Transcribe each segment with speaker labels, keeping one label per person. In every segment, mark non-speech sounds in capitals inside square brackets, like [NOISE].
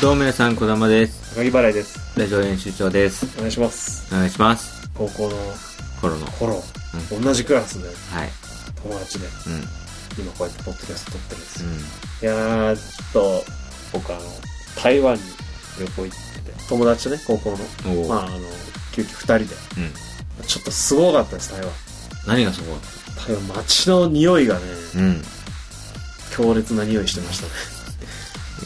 Speaker 1: どうも皆さん、こだまです。
Speaker 2: 高木払いです。
Speaker 1: ラジオ演習長です。
Speaker 2: お願いします。
Speaker 1: お願いします。
Speaker 2: 高校の
Speaker 1: コロの。
Speaker 2: 頃、同じクラスで
Speaker 1: はい。
Speaker 2: 友達で、
Speaker 1: うん。うん。
Speaker 2: 今こうやってポッドキャスト撮ってるんですよ。いやー、ちょっと、僕あの、台湾に旅行行ってて、友達とね、高校の、
Speaker 1: おお、
Speaker 2: まああの、急遽二人で、
Speaker 1: うん。
Speaker 2: ちょっとすごかったです、台湾。
Speaker 1: 何がそこ
Speaker 2: 台湾、街の匂いがね、
Speaker 1: うん。
Speaker 2: 強烈な匂いしてましたね。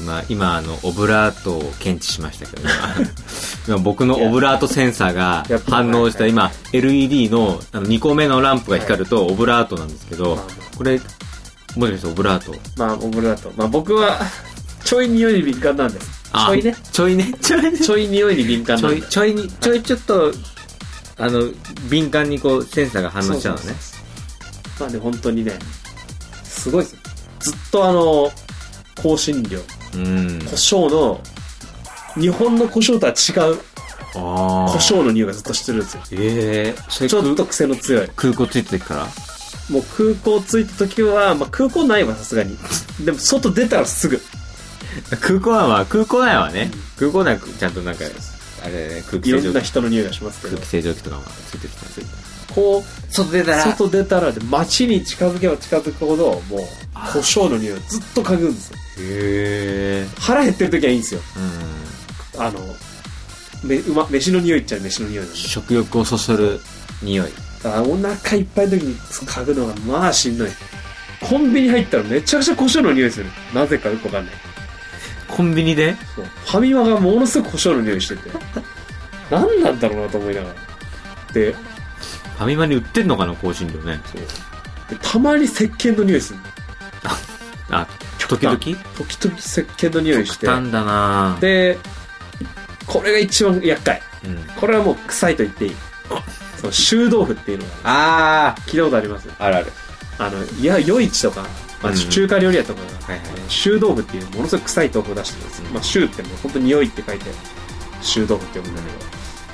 Speaker 1: 今、今、あの、オブラートを検知しましたけど、 [LAUGHS] 今、今僕のオブラートセンサーが
Speaker 2: やっぱ
Speaker 1: 反応した、今、LED のあの2個目のランプが光ると、オブラートなんですけど
Speaker 2: まあ、
Speaker 1: これ、もしかしてオブラート
Speaker 2: まあ、僕だと。まあ僕は、ちょい匂いに敏感なんです。ちょいね。。
Speaker 1: ちょいね。ちょいね。
Speaker 2: ちょい匂いに敏感
Speaker 1: ち
Speaker 2: な
Speaker 1: ょ
Speaker 2: ん
Speaker 1: い、
Speaker 2: だ。
Speaker 1: ちょいに、ちょいちょっと、あの、敏感にこう、センサーが反応しちゃうのね。
Speaker 2: なんで本当にね、すごいですよずっとあの、香辛料、
Speaker 1: うん。
Speaker 2: 胡椒の、日本の胡椒とは違う
Speaker 1: ああ。
Speaker 2: 胡椒の匂いがずっとしてるんですよ。
Speaker 1: ええー、それ
Speaker 2: ちょっ
Speaker 1: 空
Speaker 2: と癖の強い。
Speaker 1: 空港ついてきから
Speaker 2: もう空港着いた時は、まあ空港ないわ、さすがに。でも外出たらすぐ。
Speaker 1: 空港内は、空港内はね、空港内はちゃんとなんか、あれね、空気
Speaker 2: い
Speaker 1: 清
Speaker 2: ろん
Speaker 1: 浄
Speaker 2: な
Speaker 1: 機、
Speaker 2: 人の匂いがしますけ
Speaker 1: 空
Speaker 2: ど
Speaker 1: 気。清浄機とかもついてきた。
Speaker 2: こう、
Speaker 1: 外出た
Speaker 2: 外出たらで、街に近づけば近づくほど、もう、胡椒の匂いをずっと嗅ぐんですよ。
Speaker 1: へえ。
Speaker 2: 腹減ってる時はいいんですよ。
Speaker 1: うん。
Speaker 2: あの、め、うま、飯の匂いっちゃ飯の匂いなんで。
Speaker 1: 食欲をそそる匂い。
Speaker 2: あお腹いっぱいの時に嗅ぐのがまあしんどいコンビニ入ったらめちゃくちゃ胡椒の匂いするなぜかよくわかんない
Speaker 1: コンビニで
Speaker 2: そうファミマがものすごく胡椒の匂いしてて何なんだろうなと思いながらで
Speaker 1: ファミマに売ってんのかな、香辛料ね。
Speaker 2: そうでたまに石鹸の匂いする
Speaker 1: あ、時々
Speaker 2: 端時々石鹸の匂いして
Speaker 1: 極端だなぁ
Speaker 2: でこれが一番厄介
Speaker 1: うん。
Speaker 2: これはもう臭いと言っていいその臭豆腐っていうのが
Speaker 1: あ
Speaker 2: 聞いたことあります
Speaker 1: あ。あるある。
Speaker 2: あのいや夜市とか、まあ、
Speaker 1: うん
Speaker 2: 中華料理屋とかが、
Speaker 1: はいはい
Speaker 2: 臭豆腐っていうものすごく臭い豆腐を出してるんですよ、
Speaker 1: うん
Speaker 2: まあ、臭ってもう本当に匂いって書いて臭豆腐って呼ぶんだけど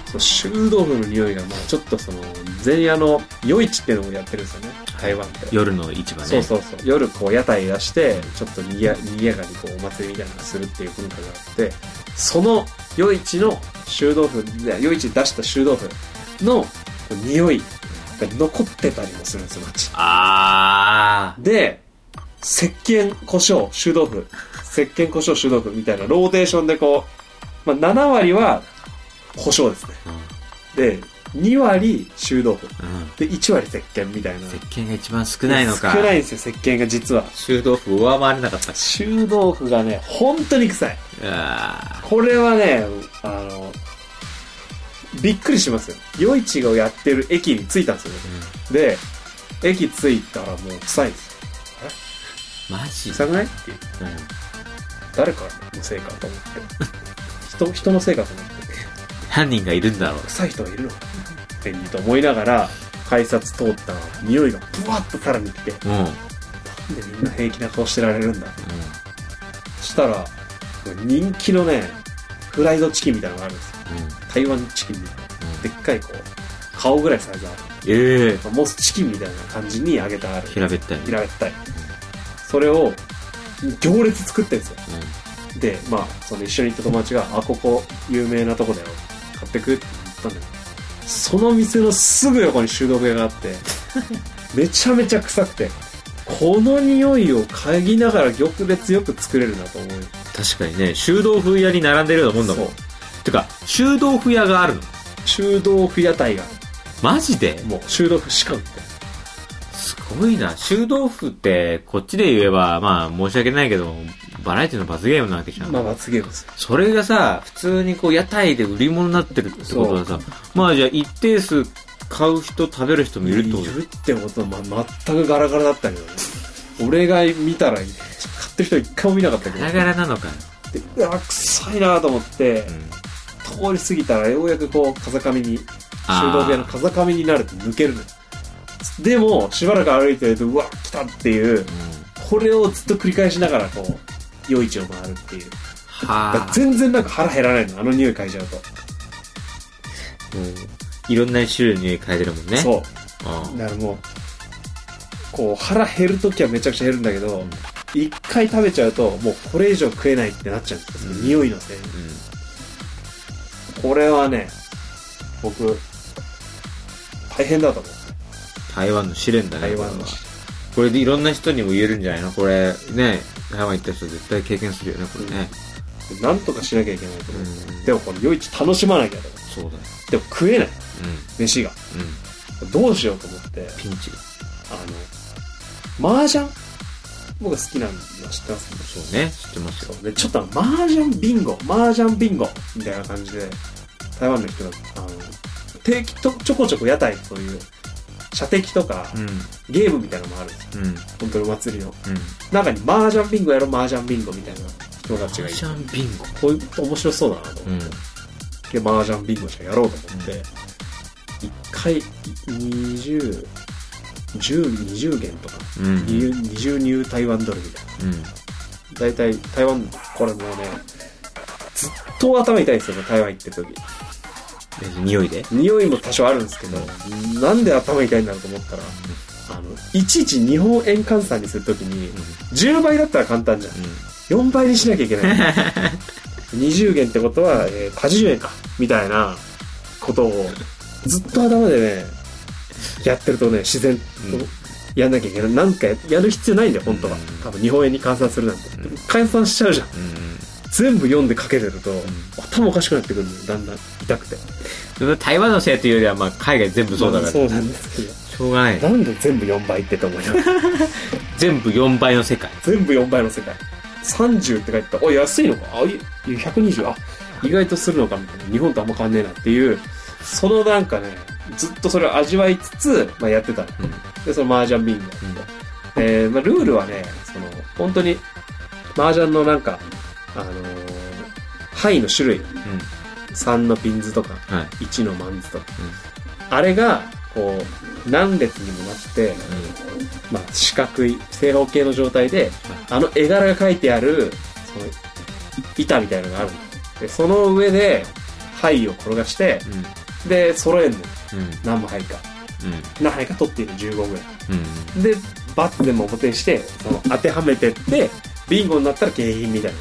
Speaker 2: その臭豆腐の匂いがまあちょっとその前夜の夜市っていうのをやってるんですよね台湾って、
Speaker 1: 夜の市場ね。
Speaker 2: そうそうそう夜こう屋台出してちょっとにぎやにぎやかにこうお祭りみたいなのをするっていう文化があってその夜市の臭豆腐いや夜市に出した臭豆腐のこう匂いが残ってたりもするんですよ街
Speaker 1: ああ。
Speaker 2: で、石鹸、胡椒、臭豆腐。石鹸、胡椒、臭豆腐みたいなローテーションでこう、まあ、7割は胡椒ですね。で、2割臭豆腐。
Speaker 1: うん。うん
Speaker 2: で、1割石鹸みたいな。
Speaker 1: 石鹸が一番少ないのか。
Speaker 2: 少ないんですよ、石鹸が実は。
Speaker 1: 臭豆腐上回れなかったし。
Speaker 2: 臭豆腐がね、本当に臭い。
Speaker 1: あ
Speaker 2: これはね、あの、びっくりしますよ。夜市がやってる駅に着いたんですよね。
Speaker 1: ー
Speaker 2: で、駅着いたらもう臭いんですよ。
Speaker 1: マジ
Speaker 2: 臭くないっていう。
Speaker 1: うん
Speaker 2: 誰かのせいかと思って [LAUGHS] 人人のせいかと思って
Speaker 1: 犯人がいるんだろう。
Speaker 2: 臭い人がいるのかなっていうと思いながら改札通ったら匂いがブワッとさらに来て
Speaker 1: うん。うん。
Speaker 2: なんでみんな平気な顔してられるんだそしたら人気のねフライドチキンみたいなのがあるんですよ台湾チキンみたいなでっかいこう顔ぐらいサイズある
Speaker 1: ええー。
Speaker 2: モスチキンみたいな感じに揚げてある
Speaker 1: 平べったい。うん。
Speaker 2: 平べったいそれを行列作ってるんですよでまあその一緒に行った友達が「あここ有名なとこだよ買ってく」って言ったんだけどその店のすぐ横に修道部屋があって
Speaker 1: [LAUGHS]
Speaker 2: めちゃめちゃ臭くてこの匂いを嗅ぎながら玉列よく作れるなと思う
Speaker 1: 確かにね、臭豆腐屋に並んでるようなもんだもん
Speaker 2: そ。
Speaker 1: てか、臭豆腐屋があるの。
Speaker 2: 修道府屋台が
Speaker 1: マジで
Speaker 2: もう修道府しか売ってない
Speaker 1: すごいな。臭豆腐って、こっちで言えば、まあ、申し訳ないけど、バラエティの罰ゲームなわけじゃん。
Speaker 2: まあ罰ゲームですよ
Speaker 1: それがさ、普通にこう屋台で売り物になってるってことはさ、まあじゃあ一定数買う人、食べる人もいるってこと
Speaker 2: いるってことは、まあ、全くガラガラだったけどね俺が見たら買ってる人一回も見なかったけど
Speaker 1: ガラガラなのか。
Speaker 2: でうわ臭いなと思って、
Speaker 1: うん。
Speaker 2: 通り過ぎたらようやくこう風上に修道部屋の風上になると抜けるのよでもしばらく歩いてるとうわ来たっていうこれをずっと繰り返しながらこう夜市を回るっていうだから
Speaker 1: はあ。
Speaker 2: 全然なんか腹減らないのあの匂い嗅いじゃうと、
Speaker 1: いろんな種類の匂い嗅いでるもんね。う。
Speaker 2: そ
Speaker 1: ん
Speaker 2: うだからもうこう腹減るときはめちゃくちゃ減るんだけど、一回食べちゃうと、もうこれ以上食えないってなっちゃうんですよ。
Speaker 1: うん
Speaker 2: 匂いのせいで。これはね、僕、大変だと思う。
Speaker 1: 台湾の試練だね。
Speaker 2: 台湾
Speaker 1: これ
Speaker 2: の
Speaker 1: は。これでいろんな人にも言えるんじゃないのこれ、ね、台湾行った人絶対経験するよね、これね。
Speaker 2: なんとかしなきゃいけないと
Speaker 1: う
Speaker 2: 思う。
Speaker 1: ん。
Speaker 2: でもこの夜市楽しまなきゃと思
Speaker 1: そうだね。
Speaker 2: う。でも食えない、
Speaker 1: う
Speaker 2: 飯が。
Speaker 1: ん。うん。
Speaker 2: どうしようと思って、
Speaker 1: ピンチ。
Speaker 2: あの、麻雀僕が好きなの知ってます
Speaker 1: そうね。知ってます
Speaker 2: そ
Speaker 1: よ。
Speaker 2: うでちょっと麻雀ビンゴ麻雀ビンゴみたいな感じで台湾の人があの定期とちょこちょこ屋台そういう射的とか
Speaker 1: うん。
Speaker 2: ゲームみたいなのもあるんですよ
Speaker 1: うん。うん。
Speaker 2: 本当のお祭りの中に麻雀ビンゴやろ麻雀ビンゴみたいな人たちがい
Speaker 1: シ
Speaker 2: て
Speaker 1: ャンビンゴ。
Speaker 2: こういうこと面白そうだなと思って、で麻雀ビンゴじゃやろうと思って、
Speaker 1: うん
Speaker 2: 一回2010、20元とか、
Speaker 1: うん。うん。
Speaker 2: 20ニュー台湾ドルみたいな。
Speaker 1: うん。
Speaker 2: 大体台湾これもうねずっと頭痛いんですよ台湾行ってる時
Speaker 1: え匂いで
Speaker 2: 匂いも多少あるんですけど、なんで頭痛いんだろうと思ったら、あのいちいち日本円換算にする時に10倍だったら簡単じゃん
Speaker 1: う
Speaker 2: 4倍にしなきゃいけない [LAUGHS] 20元ってことは、えー80円かみたいなことをずっと頭でねやってるとね自然と
Speaker 1: うん
Speaker 2: やんなきゃいけない、なんかやる必要ないんだよ本当は
Speaker 1: うん
Speaker 2: 多分日本円に換算するなんて
Speaker 1: うん
Speaker 2: 換算しちゃうじゃん
Speaker 1: ん。うん。
Speaker 2: 全部読んでかけてると、
Speaker 1: ん
Speaker 2: 頭おかしくなってくるのよだんだん痛くて
Speaker 1: でも台湾のせいというよりは、まあ、海外全部そうだか
Speaker 2: ま
Speaker 1: ら、
Speaker 2: あそうなんです
Speaker 1: しょうがない
Speaker 2: けどなんで全部4倍ってと思いながら
Speaker 1: 全部4倍の世界
Speaker 2: 全部4倍の世界30って書いてたらあ安いのかあい120あ意外とするのかみたいな日本とあんま変わんねえなっていうそのなんかねずっとそれを味わいつつ、まあ、やってたの
Speaker 1: うん
Speaker 2: でその麻雀ビンゴ、
Speaker 1: うん
Speaker 2: えーまあ、ルールはねその本当に麻雀のなんかあのー牌の種類
Speaker 1: うん
Speaker 2: 3のピンズとか
Speaker 1: はい
Speaker 2: 1のマンズとか、あれがこう何列にもなって、まあ、四角い正方形の状態であの絵柄が書いてあるその板みたいなのがあるのでその上で牌を転がして
Speaker 1: うん
Speaker 2: で揃えんの
Speaker 1: うんうん
Speaker 2: 何枚か何枚か取っている15ぐら
Speaker 1: うんうん
Speaker 2: いでバッてでも固定してその当てはめてってビンゴになったら景品みたいな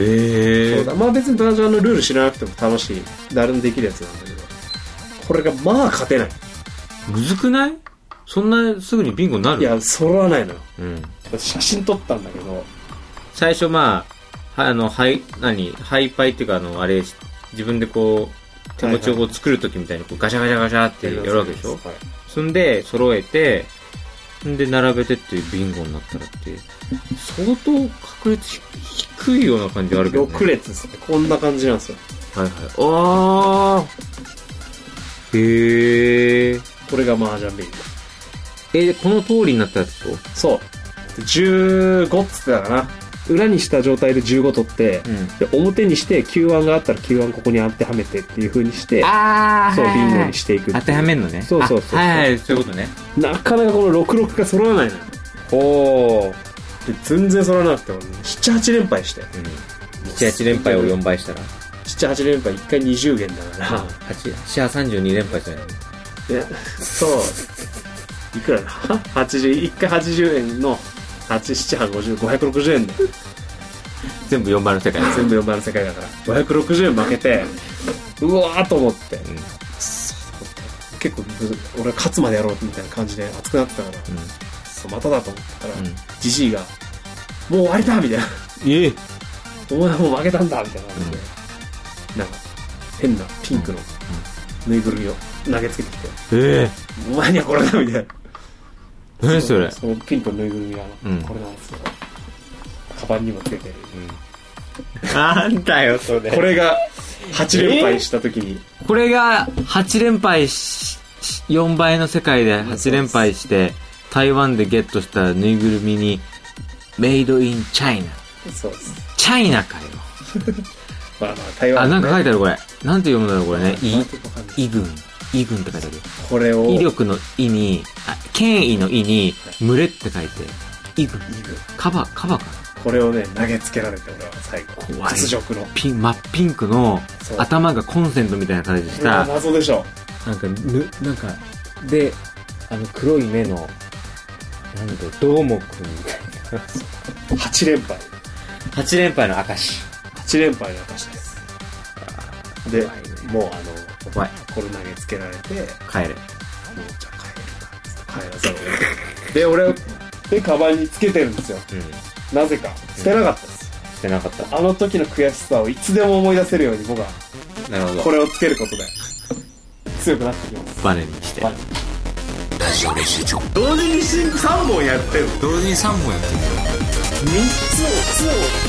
Speaker 1: へ
Speaker 2: そう
Speaker 1: え
Speaker 2: だまあ別にダンジョンのルール知らなくても楽しい誰でもできるやつなんだけどこれがまあ勝てない
Speaker 1: むずくないそんなすぐにビンゴにないる
Speaker 2: や揃わないのよ
Speaker 1: うん、
Speaker 2: 写真撮ったんだけど
Speaker 1: 最初まあはあのハイ何ハイパイっていうかあのあれ自分でこう手持ちをこう作る時みたいにこうガシャガシャガシャってやるわけでしょ、
Speaker 2: はい
Speaker 1: そんで揃えてんで並べてっていうビンゴになったらって相当確率ひ低いような感じあるけど、ね、
Speaker 2: 6列ですねこんな感じなんですよ
Speaker 1: はいはい。あー。へー。
Speaker 2: これが麻雀ビンゴ
Speaker 1: えでこの通りになったってこ
Speaker 2: そうで15っつってたかな裏にした状態で15取って
Speaker 1: と、、うん。
Speaker 2: で表にして Q1 があったら Q1 ここに当てはめてっていう風にして
Speaker 1: あー。
Speaker 2: そう
Speaker 1: はい
Speaker 2: ビ
Speaker 1: はい
Speaker 2: ンゴ
Speaker 1: はい
Speaker 2: にしていくっていう
Speaker 1: 当てはめんのね。
Speaker 2: そうそうそう
Speaker 1: あはいはい、そういうことね。
Speaker 2: なかなかこの66が揃わないのよ
Speaker 1: おー。
Speaker 2: で全然揃わなくても78連敗して
Speaker 1: うん。7、8連敗を4倍したら、
Speaker 2: 78連敗1回20元だから
Speaker 1: 8、7、32連敗じゃない
Speaker 2: えそういくらだ80一回80円の878505060円で
Speaker 1: 全部4倍の世界です。
Speaker 2: 全部4倍の世界だから560円負けてうわーと思って
Speaker 1: うん。
Speaker 2: 結構俺勝つまでやろうみたいな感じで熱くなってたから
Speaker 1: う
Speaker 2: そうまただと思ったら
Speaker 1: ん。うん。
Speaker 2: じじいが「もう終わりだ!」みたいな
Speaker 1: ええ
Speaker 2: 「お前もう負けたんだ!」みたいな感じで、なんか変なピンクのぬいぐるみを投げつけてきて
Speaker 1: え
Speaker 2: 「お前にはこれだ!」みたいな
Speaker 1: え何それ
Speaker 2: そのピンクのぬいぐるみが、
Speaker 1: うん
Speaker 2: これなんですよカバンにもつけてる
Speaker 1: [LAUGHS] なんだよ、それ
Speaker 2: これが8連敗した時に、
Speaker 1: これが8連敗し、し4倍の世界で8連敗して、台湾でゲットしたぬいぐるみに、メイドインチャイナ。
Speaker 2: そうです
Speaker 1: チャイナかよ。
Speaker 2: まあまあ台
Speaker 1: あ、
Speaker 2: 湾
Speaker 1: な
Speaker 2: の
Speaker 1: んか書いてあるこれ。なんて読むんだろうこれね。、
Speaker 2: なんていうかわかんない
Speaker 1: イ軍。イ軍って書いてあるよ。
Speaker 2: これを
Speaker 1: 威力のイに、あ、権威のイに、群れって書いて、イ軍。
Speaker 2: イグ
Speaker 1: カバ、カバかな
Speaker 2: これをね投げつけられて俺は最後
Speaker 1: 怖い
Speaker 2: 屈辱の
Speaker 1: ピン、真っピンクの
Speaker 2: そう
Speaker 1: 頭がコンセントみたいな形し
Speaker 2: これは
Speaker 1: た、
Speaker 2: 謎でしょ
Speaker 1: なんか、ぬ、なんか、で、あの、黒い目の、なんだろう、どーもくんみたいな。
Speaker 2: 8連敗。
Speaker 1: 8連敗の証。
Speaker 2: 8連敗の証です。で、もうあの、
Speaker 1: 怖い。
Speaker 2: これ投げつけられて、も
Speaker 1: 帰れ。
Speaker 2: うじゃあ帰るな。帰らざるを得ない。で、俺、で、カバンにつけてるんですよ。
Speaker 1: うん。
Speaker 2: なぜか。捨てなかったです。
Speaker 1: してなかった。
Speaker 2: あの時の悔しさをいつでも思い出せるように僕は、
Speaker 1: なるほど。
Speaker 2: これをつけることで、強くなってきます。
Speaker 1: バネにして。
Speaker 2: はい
Speaker 1: 同時に3本やってる。同時に3本やってる。
Speaker 2: 3つを、同時に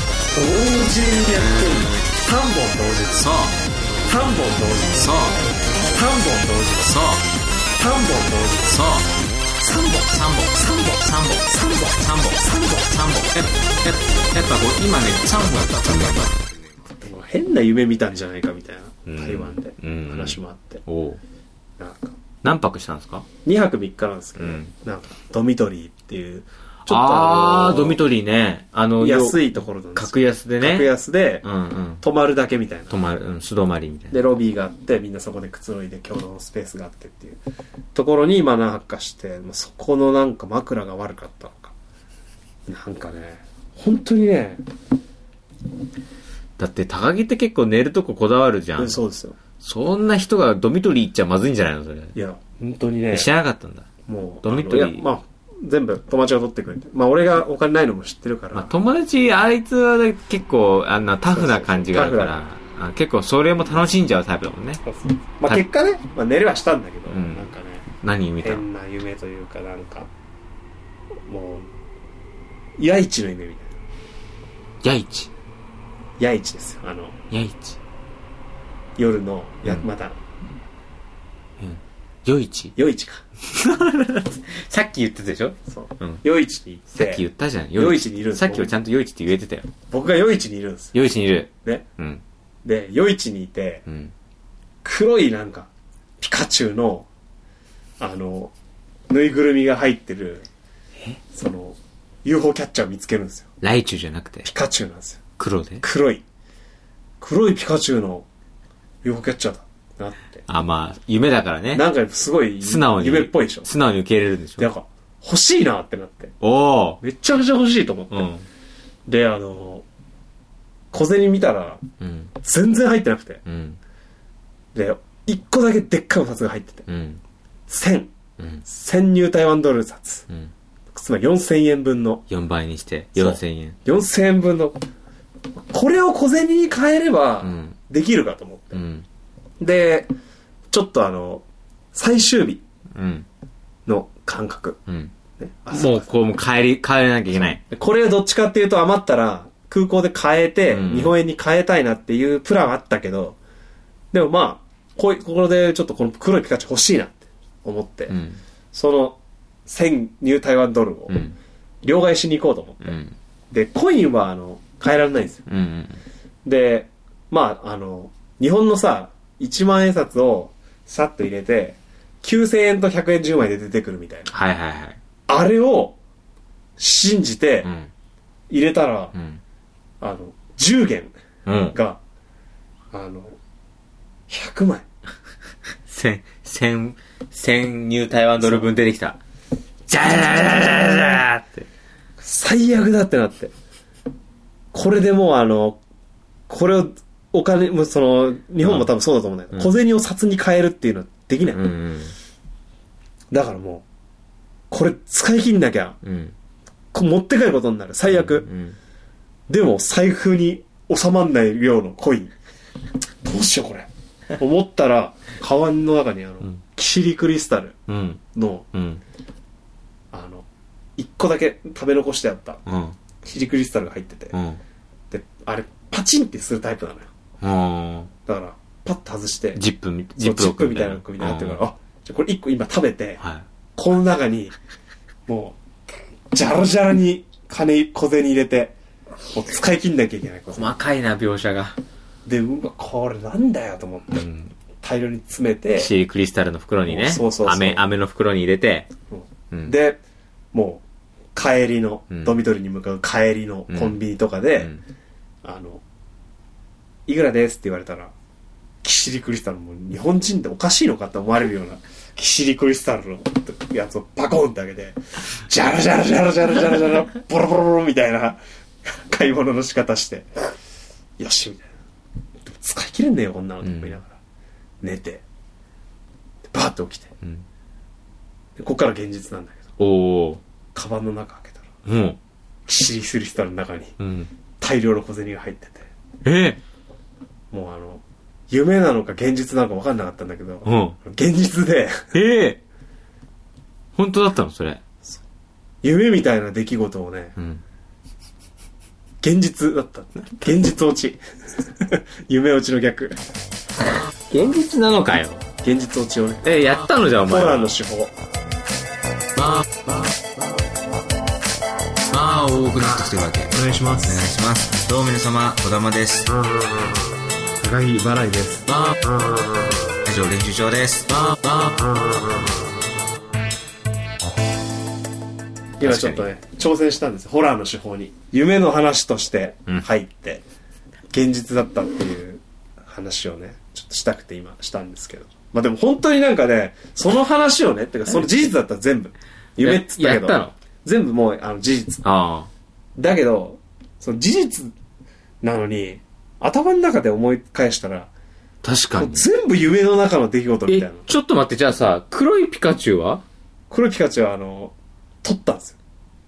Speaker 1: さあ、さあ、さあ、
Speaker 2: やってる。3本同時。3本同時。3本同時。3本同時。
Speaker 1: さあ。3本、3本、3本、3本、3本、3本、3本、3本。え、え、やっぱこう、今ね、3本やった、3本やった。
Speaker 2: 変な夢見たんじゃないかみたい
Speaker 1: うん
Speaker 2: な台湾で
Speaker 1: うん
Speaker 2: 話もあって
Speaker 1: おお。
Speaker 2: なんか
Speaker 1: 何泊したんですか
Speaker 2: 2泊3日なんですけど
Speaker 1: うん
Speaker 2: なんかドミトリーっていうちょっと
Speaker 1: あ
Speaker 2: あ
Speaker 1: あー、ドミ
Speaker 2: の
Speaker 1: トリーね。あの、
Speaker 2: 安
Speaker 1: い。
Speaker 2: いところなんですよ
Speaker 1: 格安でね。
Speaker 2: 格安で
Speaker 1: うんうん。
Speaker 2: 泊まるだけみたいな
Speaker 1: 泊まる、うん、素泊まりみたいな。
Speaker 2: でロビーがあってみんなそこでくつろいで共同スペースがあってっていうところに今何泊かしてもうそこのなんか枕が悪かったのかなんかね本当にね
Speaker 1: だって、高木って結構寝るとここだわるじゃん。
Speaker 2: そうですよ
Speaker 1: そんな人がドミトリー行っちゃまずいんじゃないのそれ。
Speaker 2: いや本当にね
Speaker 1: え知らなかったんだ。
Speaker 2: もう
Speaker 1: ドミトリー
Speaker 2: あのいやまあ全部友達が取ってくれてまあ俺がお金ないのも知ってるから、
Speaker 1: まあ、友達、あいつはね結構、あんなタフな感じがあるか
Speaker 2: そう
Speaker 1: ら、あ結構それも楽しんじゃうタイプだもんね。
Speaker 2: まあ
Speaker 1: た
Speaker 2: 結果ね、まあ、寝れはしたんだけど、
Speaker 1: うん
Speaker 2: なんかね
Speaker 1: 何見たの
Speaker 2: 変な夢というかなんかもう八一の夢みた
Speaker 1: ヤ
Speaker 2: い
Speaker 1: イチ。
Speaker 2: な八一ですよあの
Speaker 1: ヤイチ。
Speaker 2: 夜のや、
Speaker 1: うん
Speaker 2: また
Speaker 1: ヨイチ。
Speaker 2: 夜市か
Speaker 1: さっき言ってたでしょ
Speaker 2: そう
Speaker 1: うん。
Speaker 2: 夜市に行って
Speaker 1: さっき言ったじゃん。
Speaker 2: 夜市にいるんです
Speaker 1: さっきはちゃんとヨイチって言えてたよ。
Speaker 2: 僕が夜市にいるんですよ
Speaker 1: ヨイチにいる。
Speaker 2: ね
Speaker 1: うん。
Speaker 2: で夜市にいて
Speaker 1: うん。
Speaker 2: 黒いなんかピカチュウのあのぬいぐるみが入ってるその UFO キャッチャーを見つけるんですよ
Speaker 1: ライチュウじゃなくて
Speaker 2: ピ、カチュウなんですよ
Speaker 1: 黒で。
Speaker 2: 黒い黒いピカチュウの UFO キャッチャーだってなって
Speaker 1: あ、まあ、夢だからね。
Speaker 2: なんかすごい
Speaker 1: 素直に。
Speaker 2: 夢っぽいでしょ
Speaker 1: 素直に受け入れるんでし
Speaker 2: でな
Speaker 1: ょ
Speaker 2: んか欲しいなってなって
Speaker 1: おー。
Speaker 2: めちゃくちゃ欲しいと思って、
Speaker 1: うん。
Speaker 2: であの小銭見たら
Speaker 1: うん。
Speaker 2: 全然入ってなくて
Speaker 1: うん。
Speaker 2: で一個だけでっかいお札が入ってて
Speaker 1: うん。
Speaker 2: 1000
Speaker 1: うん。
Speaker 2: 1000入台湾ドル札
Speaker 1: うん。
Speaker 2: つまり4000円分の
Speaker 1: 4倍にして、
Speaker 2: そう
Speaker 1: 4000円。
Speaker 2: 4000円分のこれを小銭に変えれば
Speaker 1: うん。
Speaker 2: できるかと思って、
Speaker 1: うん。
Speaker 2: でちょっとあの最終日
Speaker 1: うん。
Speaker 2: の感覚、
Speaker 1: うん。
Speaker 2: ね、
Speaker 1: もう、こう、もう帰り、帰れなきゃいけない。
Speaker 2: うこれをどっちかっていうと余ったら空港で変えて、
Speaker 1: うん
Speaker 2: 日本円に変えたいなっていうプランはあったけどでもまあこういここでちょっとこの黒いピカチュウ欲しいなって思って、
Speaker 1: うん。
Speaker 2: その1000ニュー台湾ドルを
Speaker 1: うん。
Speaker 2: 両替しに行こうと思って、
Speaker 1: うん。
Speaker 2: でコインはあの変えられないんですよ
Speaker 1: うん。
Speaker 2: でまああの日本のさ1万円札をさっと入れて9000円と100円10枚で出てくるみたいな
Speaker 1: はいはいはい。
Speaker 2: あれを信じて
Speaker 1: うん。
Speaker 2: 入れたら、
Speaker 1: うん。
Speaker 2: あの10元
Speaker 1: うん。
Speaker 2: があの100枚
Speaker 1: 千、千、千ニュー台湾ドル分出てきた。じゃららららららって。
Speaker 2: 最悪だってなってこれでもうあのこれをお金もうその日本も多分そうだと思うんだけど、
Speaker 1: うん
Speaker 2: 小銭を札に変えるっていうのはできない、
Speaker 1: うんうん。
Speaker 2: だからもうこれ使い切んなきゃ
Speaker 1: うん。
Speaker 2: こ持って帰ることになる最悪、
Speaker 1: うん。
Speaker 2: でも財布に収まんない量のコインどうしようこれ思ったらカバンの中にあの、
Speaker 1: ん
Speaker 2: キシリクリスタル
Speaker 1: うん。
Speaker 2: の
Speaker 1: うん。
Speaker 2: あの1個だけ食べ残してあった
Speaker 1: うん。
Speaker 2: キシリクリスタルが入ってて、
Speaker 1: うん。
Speaker 2: であれパチンってするタイプなのよ
Speaker 1: うん。
Speaker 2: だからパッと外して
Speaker 1: ジップみ、
Speaker 2: そうチップみたいなの
Speaker 1: の
Speaker 2: みたいになってるからあじゃあこれ1個今食べて
Speaker 1: はい。
Speaker 2: この中にもうジャラジャラに金小銭入れてもう使い切んなきゃいけない小銭
Speaker 1: 細かいな、描写が。
Speaker 2: でうわこれなんだよと思っ
Speaker 1: う
Speaker 2: て
Speaker 1: ん。
Speaker 2: 大量に詰めて、
Speaker 1: シークリスタルの袋にね。
Speaker 2: そうそうそう
Speaker 1: 飴、飴の袋に入れて。
Speaker 2: うん
Speaker 1: うん。、
Speaker 2: でもう帰りの、
Speaker 1: うん
Speaker 2: ドミトリに向かう帰りのコンビニとかで、
Speaker 1: うん。
Speaker 2: あの「いくらです」って言われたらキシリクリスタルも日本人っておかしいのかって思われるようなキシリコリスタルのやつをパコンってあげて、ジャラジャラジャラジャラジャラジャラ、ボロボロボロみたいな買い物の仕方して、よし、みたいな。でも使い切れんねえよ、こんなのと思いながら。寝て、でバーって起きて。
Speaker 1: うん
Speaker 2: でこっから現実なんだけど、
Speaker 1: おー。
Speaker 2: カバンの中開けた
Speaker 1: う
Speaker 2: ら、
Speaker 1: ん。
Speaker 2: キシリコリスタルの中に
Speaker 1: うん。
Speaker 2: 大量の小銭が入ってて、
Speaker 1: え
Speaker 2: もうあの、夢なのか現実なのか分かんなかったんだけど、
Speaker 1: うん。
Speaker 2: 現実で、 [LAUGHS]
Speaker 1: ええ本当だったのそれ。
Speaker 2: 夢みたいな出来事をね、
Speaker 1: うん。
Speaker 2: 現実だった。現実落ち。 [LAUGHS] 夢落ちの逆。
Speaker 1: 現実なのかよ。
Speaker 2: 現実落ちをね。
Speaker 1: え、やったのじゃあお
Speaker 2: コ
Speaker 1: 前。
Speaker 2: ナンの手法。
Speaker 3: まあ多くなってきてるわけお願いしますお願いしますどうも皆様児玉です高木払いです以上練習場です
Speaker 2: 今ちょっとね、挑戦したんですよホラーの手法に。夢の話として
Speaker 1: うん
Speaker 2: 入って、現実だったっていう話をね、ちょっとしたくて今したんですけど。まあでも本当になんかね、その話をね、ってかその事実だったら全部。夢っつったけど。
Speaker 1: ややったの
Speaker 2: 全部もうあの事実。
Speaker 1: あ
Speaker 2: だけど、その事実なのに、頭の中で思い返したら、
Speaker 1: あ。確か
Speaker 2: もう
Speaker 1: に。
Speaker 2: 全部夢の中の出来事みたい
Speaker 1: え
Speaker 2: な、。
Speaker 1: ちょっと待って、じゃあさ、黒いピカチュウは
Speaker 2: 黒いピカチュウはあの、撮ったんですよ。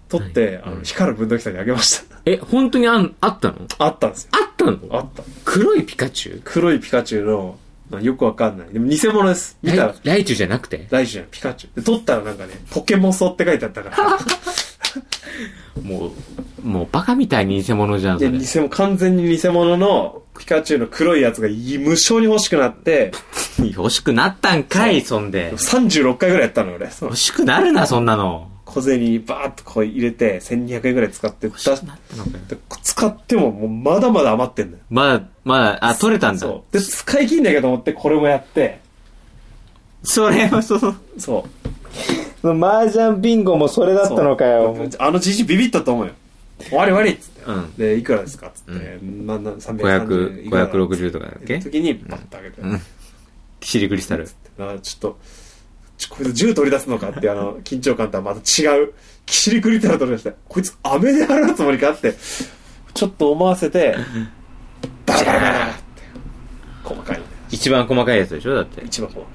Speaker 2: 撮って、あの、光る分度器さんにあげました。 [LAUGHS]
Speaker 1: え、本当にあん、あったの
Speaker 2: あったんですよ。
Speaker 1: あったの
Speaker 2: あった。
Speaker 1: 黒いピカチュウ
Speaker 2: 黒いピカチュウの、まあよくわかんない。でも偽物です。見たら
Speaker 1: ライ、ライチュウじゃなくて
Speaker 2: ライジュじゃん、ピカチュウ。で、撮ったらなんかね、ポケモンソって書いてあったから。
Speaker 1: もう、もうバカみたいに偽物じゃん、そ
Speaker 2: で、
Speaker 1: れ。
Speaker 2: 偽物、完全に偽物の、ピカチュウの黒いやつがい無償に欲しくなって、
Speaker 1: 欲しくなったんかい、そんで。
Speaker 2: 36回ぐらいやったのよ、俺。その
Speaker 1: 欲しくなるな、そんなの。
Speaker 2: 小銭にバーッとこう入れて、1200円ぐらい使って、だ
Speaker 1: なったのかよ
Speaker 2: で使ってももうまだまだ余ってんのよ。
Speaker 1: まだ、まだ、あ、取れたんだ。
Speaker 2: そう。で、使い切んなきゃと思って、これもやって、
Speaker 1: それはその、
Speaker 2: そう。
Speaker 1: その麻雀ビンゴもそれだ
Speaker 2: そうあのじじいビビったと思うよ。終わり終わりっつって。
Speaker 1: うん
Speaker 2: で、いくらですかっつって。
Speaker 1: う
Speaker 2: まあな330
Speaker 1: 500、
Speaker 2: いくらだろう
Speaker 1: 560とかだっけ
Speaker 2: 時に、バッと上げて。
Speaker 1: うん。キシリクリスタル。
Speaker 2: だからちょっと、ちょこいつ銃取り出すのかっていうあ [LAUGHS] の、緊張感とはまた違う。キシリクリタル取り出して、こいつ飴で払うつもりかって、ちょっと思わせて、バラバラバラバラって。細かいね。
Speaker 1: 一番細かいやつでしょだって。
Speaker 2: 一番細かい。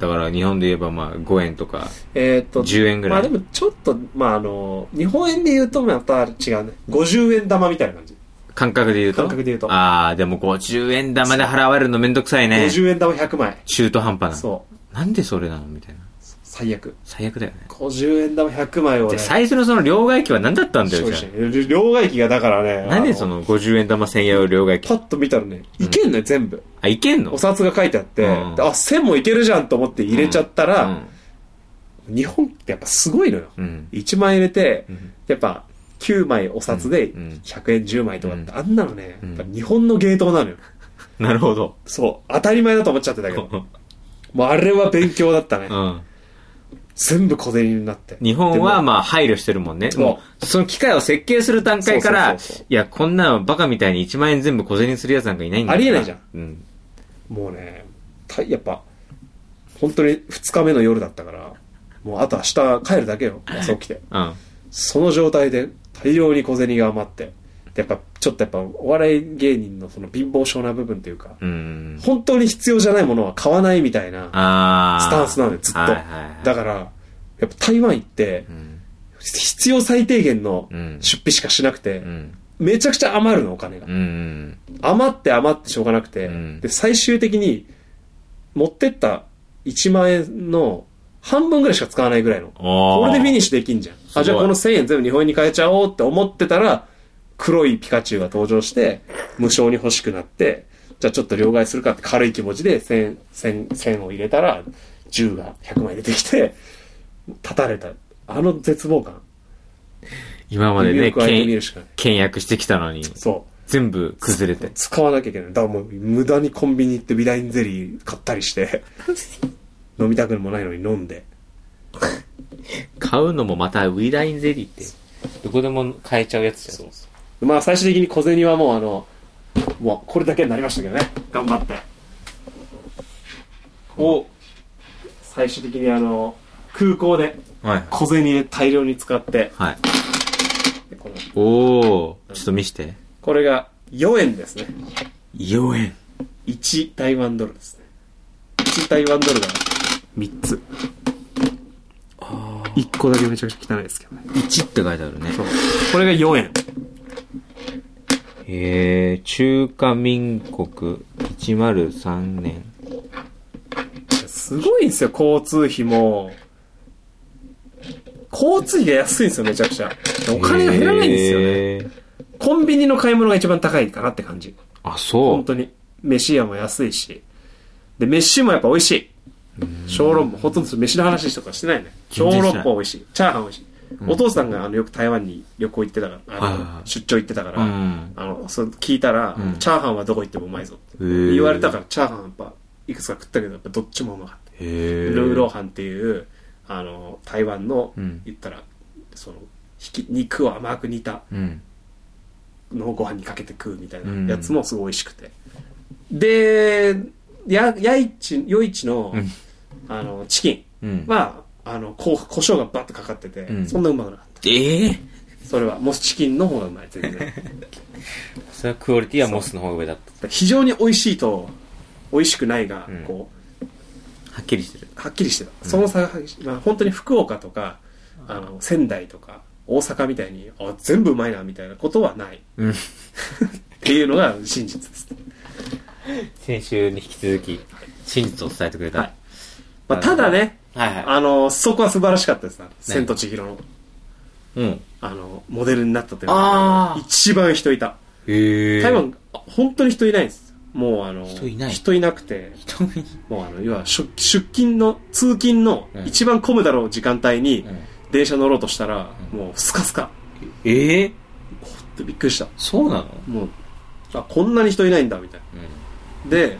Speaker 1: だから日本で言えばまあ5円とか。
Speaker 2: えーっと、
Speaker 1: 10円ぐらい
Speaker 2: まあでもちょっと、まああの、日本円で言うとまた違うね。50円玉みたいな感じ。
Speaker 1: 感覚で言うと
Speaker 2: 感覚で言うと
Speaker 1: ああ、でも50円玉で払われるのめんどくさいね。
Speaker 2: 50円玉100枚。
Speaker 1: 中途半端な。
Speaker 2: そう。
Speaker 1: なんでそれなのみたいな。
Speaker 2: 最悪。
Speaker 1: 最悪だよね。
Speaker 2: 50円玉100枚を
Speaker 1: で、
Speaker 2: ね、
Speaker 1: 最初のその両替機は何だったんだ
Speaker 2: 消
Speaker 1: よ、
Speaker 2: 費
Speaker 1: じ
Speaker 2: 者
Speaker 1: ゃ
Speaker 2: に両替機がだからね。
Speaker 1: あ。なん
Speaker 2: あ
Speaker 1: でその50円玉1000円を両替機
Speaker 2: パ。ッと見たらね、いけんのよ、全部。
Speaker 1: あ、いけんの
Speaker 2: お札が書いてあって、
Speaker 1: うん
Speaker 2: であ、1000もいけるじゃんと思って入れちゃった
Speaker 1: う
Speaker 2: ら、
Speaker 1: ん。
Speaker 2: 日本ってやっぱすごいのよ。
Speaker 1: うん。
Speaker 2: 1枚入れて
Speaker 1: ん、
Speaker 2: やっぱ9枚お札で
Speaker 1: うんうん
Speaker 2: 100円10枚とかって、
Speaker 1: う
Speaker 2: あんなのね、
Speaker 1: うん
Speaker 2: やっぱ日本の芸当なのよ。
Speaker 1: なるほ
Speaker 2: [LAUGHS]
Speaker 1: ど。
Speaker 2: そう、当たり前だと思っちゃってたけど。
Speaker 1: う
Speaker 2: もうあれは勉強だったね。
Speaker 1: ん。
Speaker 2: 全部小銭になって。
Speaker 1: 日本は
Speaker 2: でも
Speaker 1: まあ配慮してるもんね。
Speaker 2: そう
Speaker 1: もう、その機械を設計する段階から、
Speaker 2: そう
Speaker 1: い
Speaker 2: そうそうそう
Speaker 1: や、こんなのバカみたいに1万円全部小銭にするやつなんかいないんだ
Speaker 2: ありえないじゃん。
Speaker 1: うん。
Speaker 2: もうね、たやっぱ、本当に2日目の夜だったから、もうあと明日帰るだけよ、朝起きて。
Speaker 1: うん。
Speaker 2: その状態で大量に小銭が余って。でやっぱ、ちょっとやっぱ、お笑い芸人のその貧乏症な部分というか、
Speaker 1: うん。
Speaker 2: 本当に必要じゃないものは買わないみたいな
Speaker 1: ああ。
Speaker 2: スタンスなのよ、ずっと。
Speaker 1: はいはいはい。
Speaker 2: だから、やっぱ台湾行って
Speaker 1: う、ん。
Speaker 2: 必要最低限の
Speaker 1: うん
Speaker 2: 出費しかしなくて、
Speaker 1: うん。
Speaker 2: めちゃくちゃ余るの、お金が
Speaker 1: う。ん。
Speaker 2: 余って余ってしょうがなくて、
Speaker 1: うん
Speaker 2: で最終的に持ってった1万円の半分ぐらいしか使わないぐらいの
Speaker 1: お
Speaker 2: これでフィニ
Speaker 1: ッ
Speaker 2: ッシュできんじゃん
Speaker 1: すご
Speaker 2: あ
Speaker 1: い
Speaker 2: じゃあこの1000円全部日本円に変えちゃおうって思ってたら黒いピカチュウが登場して無償に欲しくなってじゃあちょっと両替するかって軽い気持ちで1000円1000 1000を入れたら10が100枚出てきて立たれたあの絶望感
Speaker 1: 今まで
Speaker 2: 指
Speaker 1: ね、
Speaker 2: を加えて見
Speaker 1: 倹
Speaker 2: るしかない
Speaker 1: 倹約してきたのに、
Speaker 2: そう
Speaker 1: 全部崩れて。
Speaker 2: 使わなきゃいけない。だからもう無駄にコンビニ行ってビダインゼリー買った
Speaker 1: [LAUGHS]
Speaker 2: りして、飲みたくもないのに飲んで。
Speaker 1: 買うのもまたウィダインゼリーって、どこでも買えちゃうやつじゃん。
Speaker 2: まあ最終的に小銭はもうあの、もうこれだけになりましたけどね。頑張って。お最終的にあの、空港で
Speaker 1: はい。
Speaker 2: 小銭大量に使って、
Speaker 1: はい。
Speaker 2: でこの
Speaker 1: おー、ちょっと見して。
Speaker 2: これが4円ですね。
Speaker 1: 4円。
Speaker 2: 1台湾ドルですね。1台湾ドルが3つ。1個だけめちゃくちゃ汚いですけどね。
Speaker 1: 1って書いてあるね。
Speaker 2: これが4円。
Speaker 1: えー、中華民国103年。
Speaker 2: すごいんですよ、交通費も。交通費が安いんですよ、めちゃくちゃ。お金が減らないんですよね。
Speaker 1: えー
Speaker 2: コンビニの買い物が一番高いかなって感じ。
Speaker 1: あ、そ
Speaker 2: 本
Speaker 1: う。
Speaker 2: 当に。飯屋も安いし。で、飯もやっぱ美味しい。小籠包、ほとんど飯の話とかしてないね。小
Speaker 1: 全然してない
Speaker 2: 籠包美味しい。チャーハン美味しい。お父さんがあのよく台湾に旅行行ってたから、
Speaker 1: はいはい
Speaker 2: あ
Speaker 1: は
Speaker 2: の
Speaker 1: い
Speaker 2: 出張行ってたから、
Speaker 1: うん
Speaker 2: あの、そう聞いたら、
Speaker 1: うん
Speaker 2: チャーハンはどこ行ってもうまいぞって
Speaker 1: へー
Speaker 2: 言われたから、チャーハンやっぱ、いくつか食ったけど、やっぱどっちもうまかった。
Speaker 1: へー
Speaker 2: ルーローハンっていう、あの、台湾の、
Speaker 1: うん
Speaker 2: 言ったら、その、ひき肉を甘く煮た
Speaker 1: うん。
Speaker 2: のをご飯にかけて食うみたい
Speaker 1: うん
Speaker 2: なやつもすごい美味しくて。で、や、やいち、よいちの、
Speaker 1: うん
Speaker 2: あの、チキ
Speaker 1: うん
Speaker 2: ン。は、あの、こう、胡椒がバッとかかってて、
Speaker 1: うん
Speaker 2: そんなうまくなかった。
Speaker 1: ええ
Speaker 2: それは、もうチキンの方がうまい、全然。
Speaker 1: それはクオリティはモスの方が上だった。
Speaker 2: 非常に美味しいと、美味しくないが、
Speaker 1: うん
Speaker 2: こう、
Speaker 1: はっきりしてる。
Speaker 2: はっきりしてた。その差が激しい。まあ本当に福岡とか、あの、仙台とか、大阪みたいに、あ、全部うまいな、みたいなことはない。
Speaker 1: うん。
Speaker 2: っていうのが真実です。
Speaker 1: 先週に引き続き、真実を伝えてくれた。
Speaker 2: はいまあ、ただね、
Speaker 1: はいはい。
Speaker 2: あの、そこは素晴らしかったです。千と千尋の、
Speaker 1: うん。
Speaker 2: あの、モデルになったというの
Speaker 1: あ
Speaker 2: が
Speaker 1: ー
Speaker 2: 一番人いた。
Speaker 1: へえ。
Speaker 2: 台湾、あ本当に人いないんです。もうあの、
Speaker 1: 人いない
Speaker 2: くて、
Speaker 1: 人目に。
Speaker 2: もうあの、要は出出勤の、通勤の
Speaker 1: うん
Speaker 2: 一番混むだろう時間帯に
Speaker 1: うん
Speaker 2: 電車乗ろうとしたら、もうスカスカ。
Speaker 1: ええ
Speaker 2: びっくりした。
Speaker 1: そうなの
Speaker 2: もう、あ、こんなに人いないんだ、みたいな。で、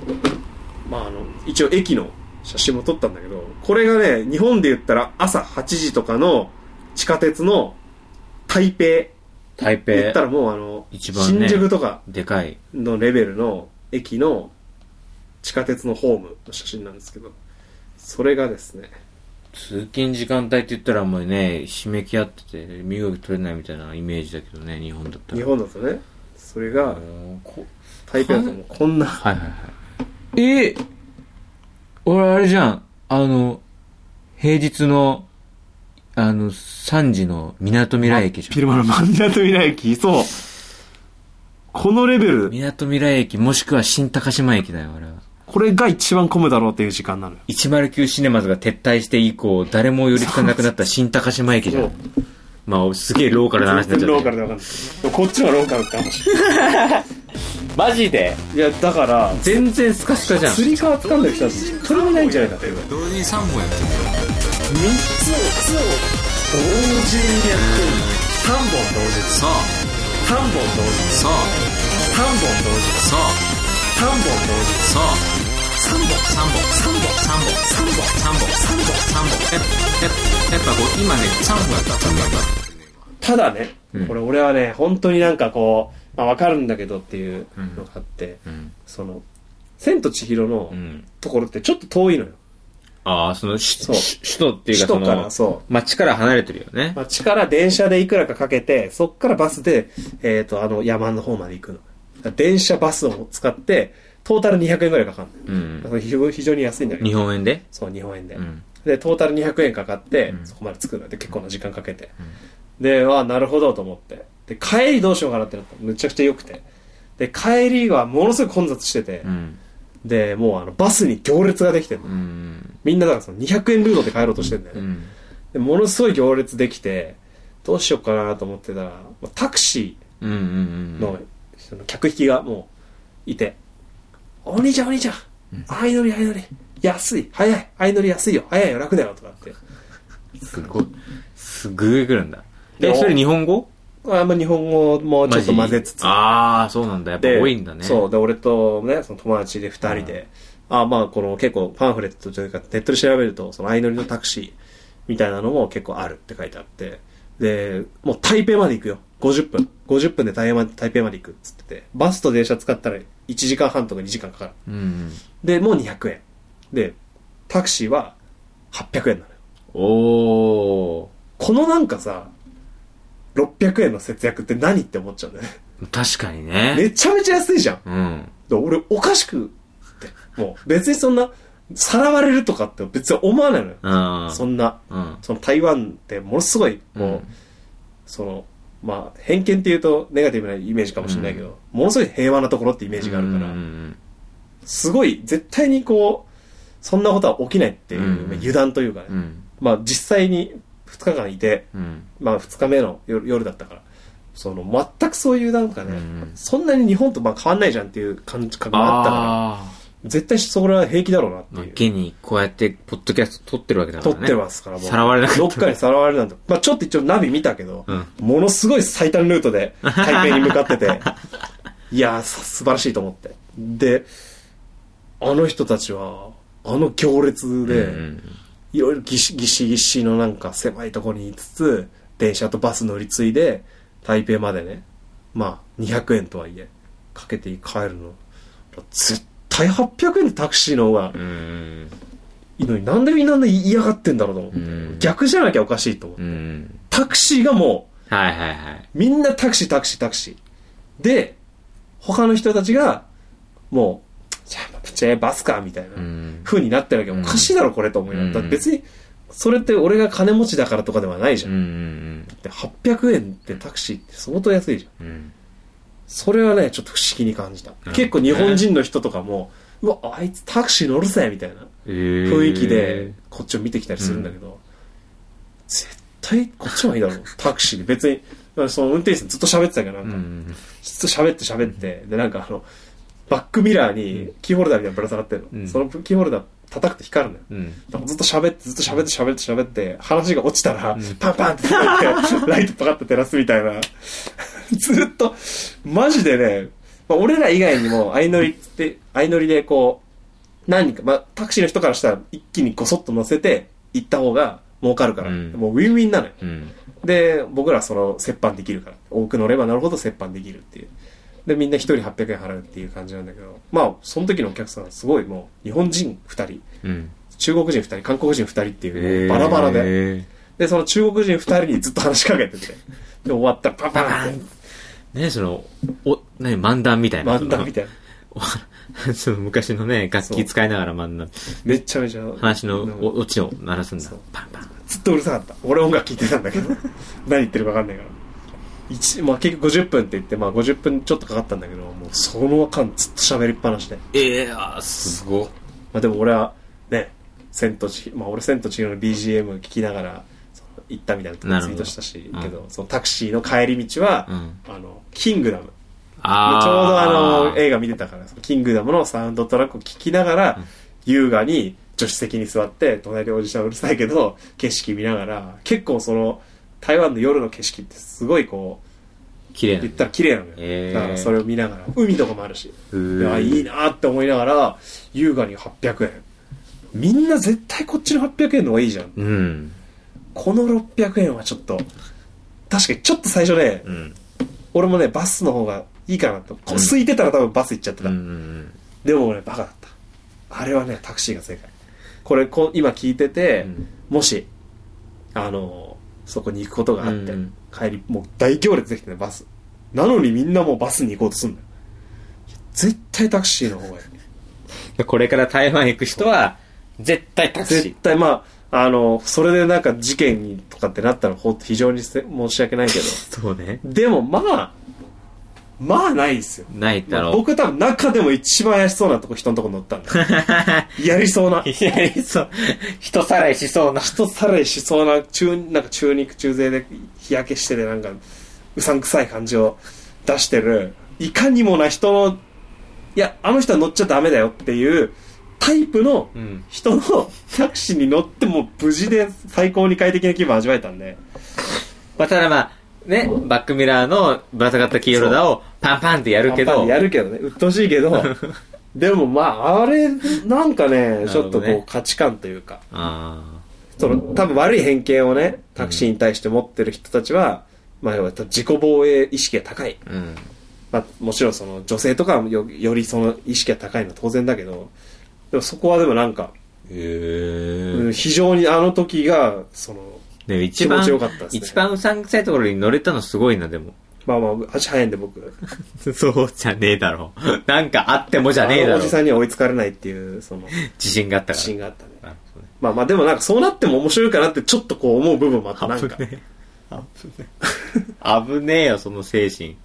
Speaker 2: まあ、あの、一応駅の写真も撮ったんだけど、これがね、日本で言ったら朝8時とかの地下鉄の台北。
Speaker 1: 台北。
Speaker 2: 言ったらもうあの、
Speaker 1: 一番ね
Speaker 2: 新宿とか
Speaker 1: でかい。
Speaker 2: のレベルの駅の地下鉄のホームの写真なんですけど、それがですね、
Speaker 1: 通勤時間帯って言ったらもうね、ひめき合ってて、身動き取れないみたいなイメージだけどね、日本だったら。
Speaker 2: 日本だとね、それが
Speaker 1: うんこ
Speaker 2: 台北だともうこんな、
Speaker 1: はいはいはい。えー俺あれじゃん。あの、平日の、あの、3時の港未来駅じゃん。
Speaker 2: 間の真ん中未来駅、そう。このレベル
Speaker 1: 港未来駅もしくは新高島駅だよ、俺は。
Speaker 2: これが一番混むだろうっていう時間なのよ。
Speaker 1: 109シネマズが撤退して以降、誰も寄りつかなくなった新高島駅じゃん。まあ、すげえローカルな話になっちゃった。
Speaker 2: ローカルでわかんない。でもこっちはローカルかもしれな
Speaker 1: [LAUGHS] マジで
Speaker 2: い。いや、だから、
Speaker 1: 全然スカスカじゃん。
Speaker 2: 釣り革掴んでる人は、それもいないんじゃないかって。
Speaker 3: 同時に3本やってる
Speaker 2: 3つを、3つを、同時にやってる。3本同時。
Speaker 3: そう
Speaker 2: 3本同時。
Speaker 3: そう
Speaker 2: 3本同時。
Speaker 3: そう
Speaker 2: 3本同時。
Speaker 3: そう3本3本3本3本3本3本3本3本やっやっやっぱこう今ね3本やった3本やった
Speaker 2: ただね
Speaker 1: うん、
Speaker 2: これ俺はね、本当になんかこう、まあわかるんだけどっていうのがあって、
Speaker 1: うん。
Speaker 2: その、千と千尋の
Speaker 1: うん。
Speaker 2: ところってちょっと遠いのよ。
Speaker 1: ああ、その、し
Speaker 2: そう
Speaker 1: し首都っていうか、そ
Speaker 2: 首都から、
Speaker 1: の、
Speaker 2: そう。
Speaker 1: 街から離れてるよね。
Speaker 2: 街から電車でいくらかかけて、そっからバスで、えっ、と、あの、山の方まで行くの。だから電車、バスを使って、トータル200円ぐらいかかるのよ
Speaker 1: うん
Speaker 2: だ。から非常。非常に安いんだけど。
Speaker 1: 日本円で
Speaker 2: そう、日本円で。
Speaker 1: うん。
Speaker 2: で、トータル200円かかって、
Speaker 1: うん
Speaker 2: そこまで着くのよで、結構な時間かけて。で、あなるほどと思って。で、帰りどうしようかなってなったの。むちゃくちゃ良くて。で、帰りはものすごい混雑してて、
Speaker 1: うん。
Speaker 2: で、もうあの、バスに行列ができてるの。
Speaker 1: うん。
Speaker 2: みんなだからその200円ルートで帰ろうとしてんだよね。
Speaker 1: うん。
Speaker 2: でものすごい行列できてどうしようかなと思ってたらまあタクシ
Speaker 1: うん。うん。うん
Speaker 2: ーの,、その客引きがもういて「お兄ちゃんお兄ちゃん相乗り相乗り安い早い相乗り安いよ早いよ楽だよ」とかって
Speaker 1: すごい。すぐ来るんだ。
Speaker 2: で
Speaker 1: え、それ日本語
Speaker 2: あんま日本語もちょっと混ぜつつ
Speaker 1: ああ、そうなんだ。やっぱ
Speaker 2: で
Speaker 1: 多いんだね。
Speaker 2: そうで俺とねその友達で2人で、あまあこの結構パンフレットというかネットで調べるとその相乗りのタクシーみたいなのも結構あるって書いてあってでもう台北まで行くよ50分50分で台湾台北まで行くっつっててバスと電車使ったら1時間半とか2時間かかる
Speaker 1: うん。
Speaker 2: でもう200円でタクシーは800円なのよ
Speaker 1: おー。
Speaker 2: このなんかさ600円の節約って何って思っちゃうんだよ
Speaker 1: [LAUGHS]
Speaker 2: ね
Speaker 1: 確かにね。
Speaker 2: めちゃめちゃ安いじゃん
Speaker 1: うん。
Speaker 2: で俺おかしくってもう別にそんなさらわれるとかって別に思わないのよ
Speaker 1: うん。
Speaker 2: そんな
Speaker 1: うん。
Speaker 2: その台湾ってものすごいもう、
Speaker 1: うん
Speaker 2: そのまあ偏見っていうとネガティブなイメージかもしれないけど、ものすごい平和なところってイメージがあるか
Speaker 1: う
Speaker 2: ら、
Speaker 1: ん
Speaker 2: すごい絶対にこうそんなことは起きないっていう、
Speaker 1: うん
Speaker 2: まあ油断というかね、
Speaker 1: うん。
Speaker 2: まあ実際に2日間いて
Speaker 1: うん。
Speaker 2: まあ2日目の夜夜だったからその全くそういうなんかね、
Speaker 1: うん
Speaker 2: そんなに日本とまあ変わんないじゃんっていう感覚があったから
Speaker 1: あ
Speaker 2: 絶対それは平気だろうなって
Speaker 1: ー。まあ
Speaker 2: いう。
Speaker 1: 現にこうやって、ポッドキャスト撮ってるわけだか
Speaker 2: 撮
Speaker 1: ら
Speaker 2: っ
Speaker 1: ね。
Speaker 2: てますから、もう。
Speaker 1: さらわれなかった
Speaker 2: どっかにさらわれなんて。まあちょっと一応ナビ見たけど、
Speaker 1: うん
Speaker 2: ものすごい最短ルートで台北に向かって
Speaker 1: [LAUGHS]
Speaker 2: て、いやーさ素晴らしいと思って。で、あの人たちは、あの行列
Speaker 1: うんう
Speaker 2: で、
Speaker 1: ん。
Speaker 2: いろいろぎしぎしぎしのなんか狭いとこにいつつ、電車とバス乗り継いで、台北までね、まあ200円とはいえ、かけて帰るの。絶対800円のタクシーの方が
Speaker 1: うん。
Speaker 2: いいのになんでみんなね嫌がってんだろうと思って、
Speaker 1: うん
Speaker 2: 逆じゃなきゃおかしいと思って、
Speaker 1: うん。
Speaker 2: タクシーがも
Speaker 1: はいはいはい。
Speaker 2: うみんなタクシータクシータクシーで他の人たちがもうじゃあプチェバスかみたいな
Speaker 1: うん。
Speaker 2: 風になってるわけ、
Speaker 1: うん
Speaker 2: おかしいだろこれと思いながら、だって別にそれって俺が金持ちだからとかではないじゃ、
Speaker 1: うんん。
Speaker 2: で800円ってタクシーって相当安いじゃん
Speaker 1: うん。
Speaker 2: それはねちょっと不思議に感じた、
Speaker 1: うん
Speaker 2: 結構日本人の人とかもうわあいつタクシー乗るぜみたいな雰
Speaker 1: 雰
Speaker 2: 囲気で。こっちを見てきたりするんだけど、絶対こっちの方がいい
Speaker 1: [LAUGHS]
Speaker 2: だろうタクシーで別にだからその運転手さんずっと喋ってたけどな
Speaker 1: うん
Speaker 2: か、
Speaker 1: ん。
Speaker 2: ずっと喋って喋ってでなんかあのバックミラーにキーホルダーみたいなのぶら下がってるの、
Speaker 1: うん
Speaker 2: そのキーホルダー叩くと光るのよ
Speaker 1: うん。
Speaker 2: だからずっと喋ってずっと喋って喋って喋って話が落ちたら、パンパンって叩
Speaker 1: [LAUGHS]
Speaker 2: いてライトパカッと照らすみたいなずっとマジでね、まあ、俺ら以外にも相乗りって相乗りでこう何人か、まあ、タクシーの人からしたら一気にごそっと乗せて行った方が儲かるから、
Speaker 1: うん
Speaker 2: もうウィンウィンなのよ
Speaker 1: うん。
Speaker 2: で僕らはその折半できるから多く乗れば乗るほど折半できるっていうでみんな一人800円払うっていう感じなんだけどまあその時のお客さんはすごいもう日本人2人
Speaker 1: うん。
Speaker 2: 中国人2人韓国人2人っていうバラバラで、
Speaker 1: で。
Speaker 2: でその中国人2人にずっと話しかけててで終わったらパンパンって
Speaker 1: ねその、お、何、漫談みたいな。
Speaker 2: 漫談みたいな
Speaker 1: な。その [LAUGHS] 昔のね、楽器使いながら漫談。
Speaker 2: めっちゃめちゃ
Speaker 1: 話の
Speaker 2: なんか
Speaker 1: おオチを鳴らすんだ
Speaker 2: そう。
Speaker 1: パンパン。
Speaker 2: ずっとうるさかった俺音楽聴いてたん
Speaker 1: [LAUGHS]
Speaker 2: だけど何言ってるか分かんないから一まあ、結局50分って言って、まあ、50分ちょっとかかったんだけどもうその間ずっと喋りっぱなしで、ま
Speaker 1: ええ、あーすごっ。
Speaker 2: あ、でも俺はね「千と千尋」まあ俺「千と千尋」の BGM 聞きながらその行ったみたいなこと
Speaker 1: な
Speaker 2: を
Speaker 1: るほ
Speaker 2: ツイー
Speaker 1: ど
Speaker 2: トしたし
Speaker 1: うん
Speaker 2: けどそのタクシーの帰り道は、
Speaker 1: うん。
Speaker 2: あの「キングダム」
Speaker 1: あ
Speaker 2: で
Speaker 1: あ。
Speaker 2: ちょうどあの、映画見てたから、キングダムのサウンドトラックを聴きながら、優雅に助手席に座って、隣でおじさんうるさいけど、景色見ながら、結構その、台湾の夜の景色ってすごいこう、
Speaker 1: 綺麗な
Speaker 2: 言ったら綺麗なのよ。
Speaker 1: へー
Speaker 2: だからそれを見ながら、海とかもあるし、
Speaker 1: うー
Speaker 2: いや、いいなーって思いながら、優雅に800円。みんな絶対こっちの800円の方がいいじゃん。
Speaker 1: うん。
Speaker 2: この600円はちょっと、確かにちょっと最初ね、
Speaker 1: うん。
Speaker 2: 俺もね、バスの方がいいかなと。こう空いてたら多分バス行っちゃって
Speaker 1: うんう
Speaker 2: た。
Speaker 1: ん
Speaker 2: でも俺バカだった。あれはね、タクシーが正解。これこう、今聞いてて、
Speaker 1: うん
Speaker 2: もし、あのーそこに行くことがあって、
Speaker 1: うん
Speaker 2: 帰り、もう大行列できてね、バス。なのにみんなもうバスに行こうとすんだよ。いや絶対タクシーの方がいい。
Speaker 1: うん。これから台湾行く人は、絶対タクシ
Speaker 2: 絶
Speaker 1: ー。
Speaker 2: 対、まあ、あのそれでなんか事件にとかってなったら、ほんと非常にせ申し訳ないけど。
Speaker 1: そうね。
Speaker 2: でも、まあ、まあないですよ。
Speaker 1: ないだろう。
Speaker 2: 僕多分中でも一番怪しそうなとこ、人のとこ乗ったん
Speaker 1: [LAUGHS]
Speaker 2: だよ。やりそうな。
Speaker 1: いやりそう。人さらいしそうな。
Speaker 2: 人さらいしそうな中なんか中肉中背で日焼けしててなんかうさんくさい感じを出してるいかにもな人のいやあの人は乗っちゃダメだよっていうタイプの
Speaker 1: うん。
Speaker 2: 人のタクシーに乗っても無事で最高に快適な気分を味わえたんで
Speaker 1: まあ、ただまあ、ね、バックミラーのぶら下がったキーホルダーをパンパンってやるけ
Speaker 2: パンパ
Speaker 1: ど
Speaker 2: ン、やるけどね鬱陶しい
Speaker 1: [LAUGHS]
Speaker 2: けどでもまああれなんかねちょっと
Speaker 1: なるほど
Speaker 2: こ
Speaker 1: ね
Speaker 2: う価値観というか
Speaker 1: あ
Speaker 2: その多分悪い偏見をねタクシーに対して持ってる人たちは、まあ要は自己防衛意識が高い
Speaker 1: あ、うん。
Speaker 2: まあ、もちろんその女性とかはよよりその意識が高いのは当然だけどでもそこはでもなんか
Speaker 1: へえ、
Speaker 2: うん、非常にあの時が、その、
Speaker 1: ね一
Speaker 2: 気
Speaker 1: 番
Speaker 2: 持ちよかったですね
Speaker 1: 一番うさんくさいところに乗れたのすごいな、で
Speaker 2: [LAUGHS]
Speaker 1: も。
Speaker 2: まあまあ、足早いんで僕。
Speaker 1: そうじゃねえだろ。なんかあってもじゃねえ
Speaker 2: あ
Speaker 1: だ
Speaker 2: のお
Speaker 1: ろ
Speaker 2: じ。さんには追いつかれないっていう、その、
Speaker 1: 自信があった
Speaker 2: 自
Speaker 1: から。
Speaker 2: 信があったね。
Speaker 1: なるほどね
Speaker 2: まあまあ、でもなんかそうなっても面白いかなってちょっとこう思う部分もあった。なんか
Speaker 1: 危。ねえ。危ねえよ、その精神。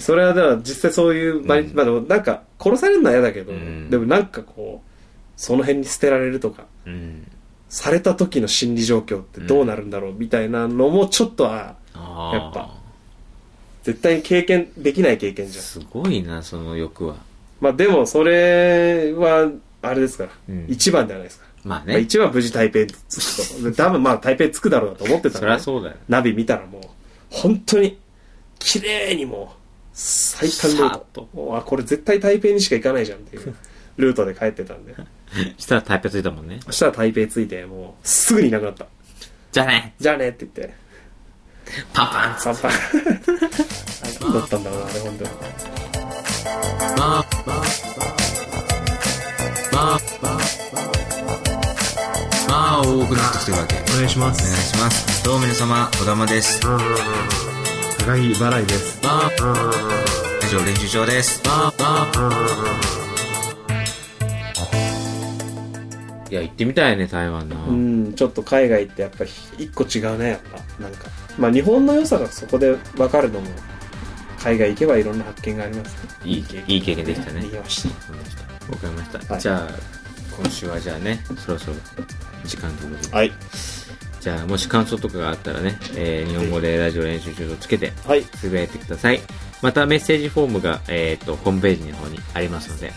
Speaker 2: それはだから実際そういう場に、
Speaker 1: うん
Speaker 2: まあでもなんか殺されるのは嫌だけど、
Speaker 1: うん
Speaker 2: でもなんかこう、その辺に捨てられるとか、
Speaker 1: うん。
Speaker 2: された時の心理状況ってどうなるんだろうみたいなのもちょっとは、
Speaker 1: あ
Speaker 2: やっぱ絶対に経験、できない経験じゃん。
Speaker 1: すごいな、その欲は。
Speaker 2: まあでもそれは、あれですから、
Speaker 1: うん
Speaker 2: 一番じゃないですか。
Speaker 1: まあ
Speaker 2: まあ、
Speaker 1: ね。
Speaker 2: 一番無事台北つくと。で多分まあ台北つくだろうなと思ってた
Speaker 1: そりゃ
Speaker 2: ら、
Speaker 1: そうだよ。
Speaker 2: ナビ見たらもう、本当に、綺麗にもう、最短ル
Speaker 1: さー
Speaker 2: ー
Speaker 1: っ
Speaker 2: ト
Speaker 1: と。
Speaker 2: もうあ、これ絶対台北にしか行かないじゃ
Speaker 1: [LAUGHS]
Speaker 2: んっていうルートで帰ってたんで。
Speaker 1: したらタイプついたもんね。
Speaker 2: そしたら台北着いて、もう、すぐにいなくなった。
Speaker 1: じゃあね、
Speaker 2: じゃあねって言って、
Speaker 1: パンパン
Speaker 2: パン
Speaker 1: [LAUGHS]
Speaker 2: パン。何だったんだろうな、あれ本当に。
Speaker 3: まあまあまあ多くなってきてるわけお願いしますお願いしますどうも皆様小玉です高木払いです以上練習場ですまあまあ
Speaker 1: いや、行ってみたいね、台湾な。
Speaker 2: うん、ちょっと海外ってやっぱり一個違うね、やっぱ。なんか。まあ日本の良さがそこで分かるのも、海外行けばいろんな発見がありますね。
Speaker 1: いい経験いい経験できたね
Speaker 2: できました。
Speaker 1: わかりました。
Speaker 2: はい
Speaker 1: じゃあ、今週はじゃあね、そろそろ時間ということで。
Speaker 2: はい。
Speaker 1: じゃあ、もし感想とかがあったらね、えー日本語でラジオ練習中とつけて、
Speaker 2: はい。ね、
Speaker 1: つぶやいてください。またメッセージフォームが、えっ、と、ホームページの方にありますので、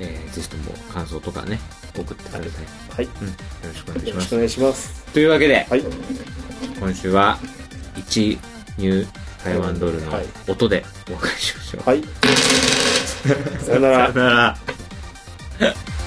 Speaker 1: えーぜひとも感想とかね、送ってください。
Speaker 2: はい。よ
Speaker 1: うん。よろしくお願いしま
Speaker 2: ろしく
Speaker 1: す。
Speaker 2: お願いします。
Speaker 1: というわけで、
Speaker 2: はい。
Speaker 1: 今週は、1ニュー台湾ドルの
Speaker 2: はい
Speaker 1: 音 [LAUGHS] でお別れしましょう。
Speaker 2: はい。さよなら
Speaker 1: さよ。なら。